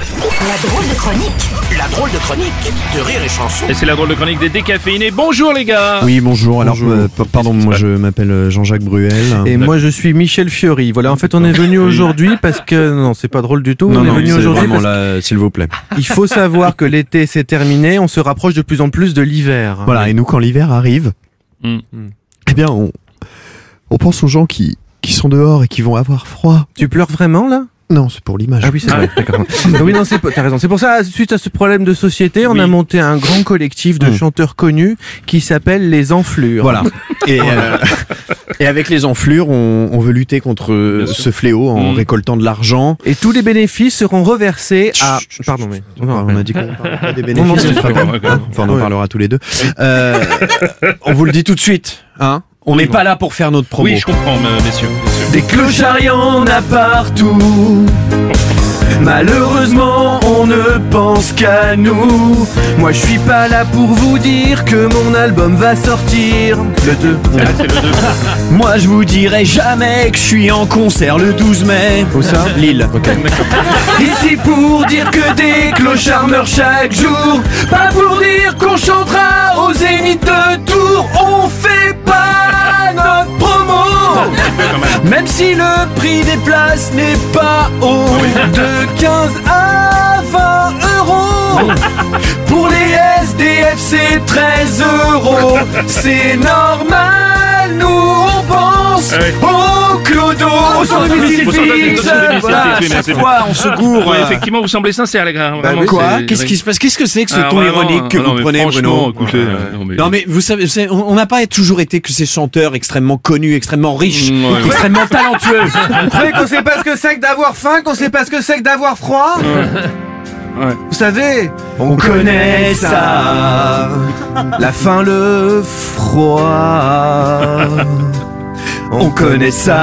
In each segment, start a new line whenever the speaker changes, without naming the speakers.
La drôle de chronique
La drôle de chronique de Rire et Chanson.
Et c'est la drôle de chronique des décaféinés. Bonjour les gars
Oui, bonjour. Alors,
Bonjour.
euh, p- pardon, moi je m'appelle euh, Jean-Jacques Bruel.
Et moi je suis Michel Fiori. Voilà, en fait on est venu aujourd'hui parce que non, c'est pas drôle du tout.
non,
on est
non,
venu
c'est
aujourd'hui
vraiment
parce Ah,
là, euh, s'il vous plaît.
qu'il faut savoir que l'été c'est terminé, on se rapproche de plus en plus de l'hiver.
Voilà, et nous, quand l'hiver arrive,
Mm.
eh bien, on, on pense aux gens qui, qui sont dehors et qui vont avoir froid.
Tu pleures vraiment là
Non, c'est pour l'image.
Ah oui, c'est
Ah
vrai. d'accord. Ah oui, non, c'est pas- t'as raison. C'est pour ça, suite à ce problème de société, on
Oui.
a monté un grand collectif de
Mm.
chanteurs connus qui s'appelle les Enflures.
Voilà. Et, euh, et avec les enflures, on, on veut lutter contre euh, ce fléau en
Mm.
récoltant de l'argent.
Et tous les bénéfices seront reversés à. Pardon, mais.
on a dit qu'on parlait pas des bénéfices.
non, c'est
on se
pas
rappelle
grave, d'accord.
Hein Enfin, on en
Ouais.
parlera tous les deux. Euh, on vous le dit tout de suite. Hein on n'est pas là pour faire notre promo.
Oui, je comprends, me- messieurs. messieurs.
Des clochards, y en a partout. Malheureusement, on ne pense qu'à nous. Moi, je suis pas là pour vous dire que mon album va sortir le 2.
Ah, c'est le deux.
Moi je vous dirai jamais que je suis en concert le 12 mai.
Où ça
Lille.
Ici pour dire que des clochards meurent chaque jour. Pas pour dire qu'on chantera au zénith de Tours. On fait pas notre promo. Même si le prix des places n'est pas haut de 15 à 20 euros. Pour les SDF, c'est 13 euros. C'est normal, nous on pense
Ah oui.
au clodo, au son
Au
du
son du
crucifix.
crucifix,
Voilà, à
oui, merci.
chaque fois, on euh, se gourre.
Ouais, effectivement, vous semblez sincère, les gars. Vraiment,
Quoi
c'est-
Qu'est-ce qui se passe Qu'est-ce que c'est que ce
Ah,
ton
vraiment,
ironique que
ah, non,
vous
mais
prenez,
franchement,
Bruno
écoutez, euh, non, mais-
Non mais vous savez, vous savez, on on n'a pas toujours été que ces chanteurs extrêmement connus, extrêmement riches,
Mm, ouais, ouais.
extrêmement talentueux.
Vous savez qu'on sait pas ce que c'est que d'avoir faim, qu'on sait pas ce que c'est que d'avoir froid
Ouais.
Vous savez On connaît ça La faim, le froid On connaît ça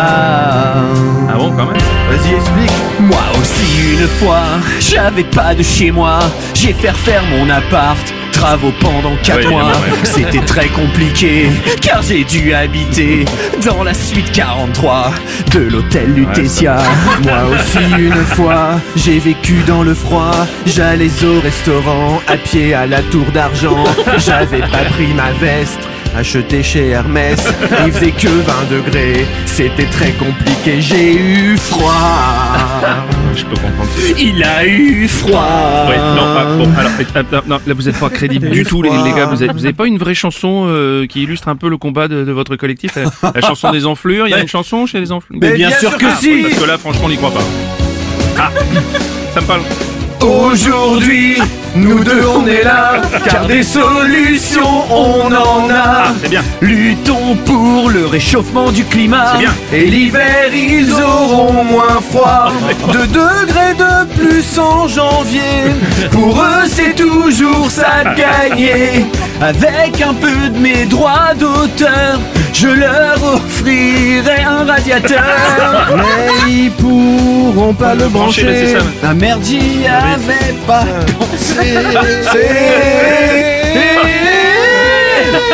Ah bon, quand même
Vas-y, explique
Moi aussi une fois, j'avais pas de chez moi, j'ai fait refaire mon appart. Travaux pendant
Ah
4
oui,
mois,
ah bah ouais.
c'était très compliqué car j'ai dû habiter dans la suite 43 de l'hôtel Lutetia.
Moi aussi une fois, j'ai vécu dans le froid. J'allais au restaurant, à pied à la tour d'argent. J'avais pas pris ma veste. achetée chez Hermès, il faisait que 20 degrés, c'était très compliqué, j'ai eu froid.
Ah, Je peux comprendre.
Il a eu froid.
Ouais, non, ah, bon, alors, et- ah, non, non, là, vous êtes pas crédible du tout, les, les gars. Vous n'avez pas une vraie chanson euh, qui illustre un peu le combat de, de votre collectif la, la chanson des enflures, il y a une chanson chez les enflures
Mais bien bien sûr sûr que que si. si.
Parce que là, franchement, on n'y croit pas. Ah, ça me parle.
Aujourd'hui, nous deux on est là, car des solutions on en a.
Ah, c'est bien,
Luttons pour le réchauffement du climat.
c'est bien. Ah,
Et l'hiver, ils auront moins froid. Deux degrés de plus en janvier. Pour eux, c'est toujours ça de gagner.
Avec un peu de mes droits d'auteur, je leur offrirai un radiateur.
Mais ils pourront pas le
Branché, là, c'est
brancher.
ça.
Ah merde, j'y avais pas pensé.
C'est.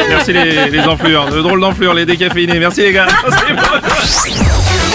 Merci les, les enflures. Le drôle d'enflure, les décaféinés. Merci les gars. C'est bon.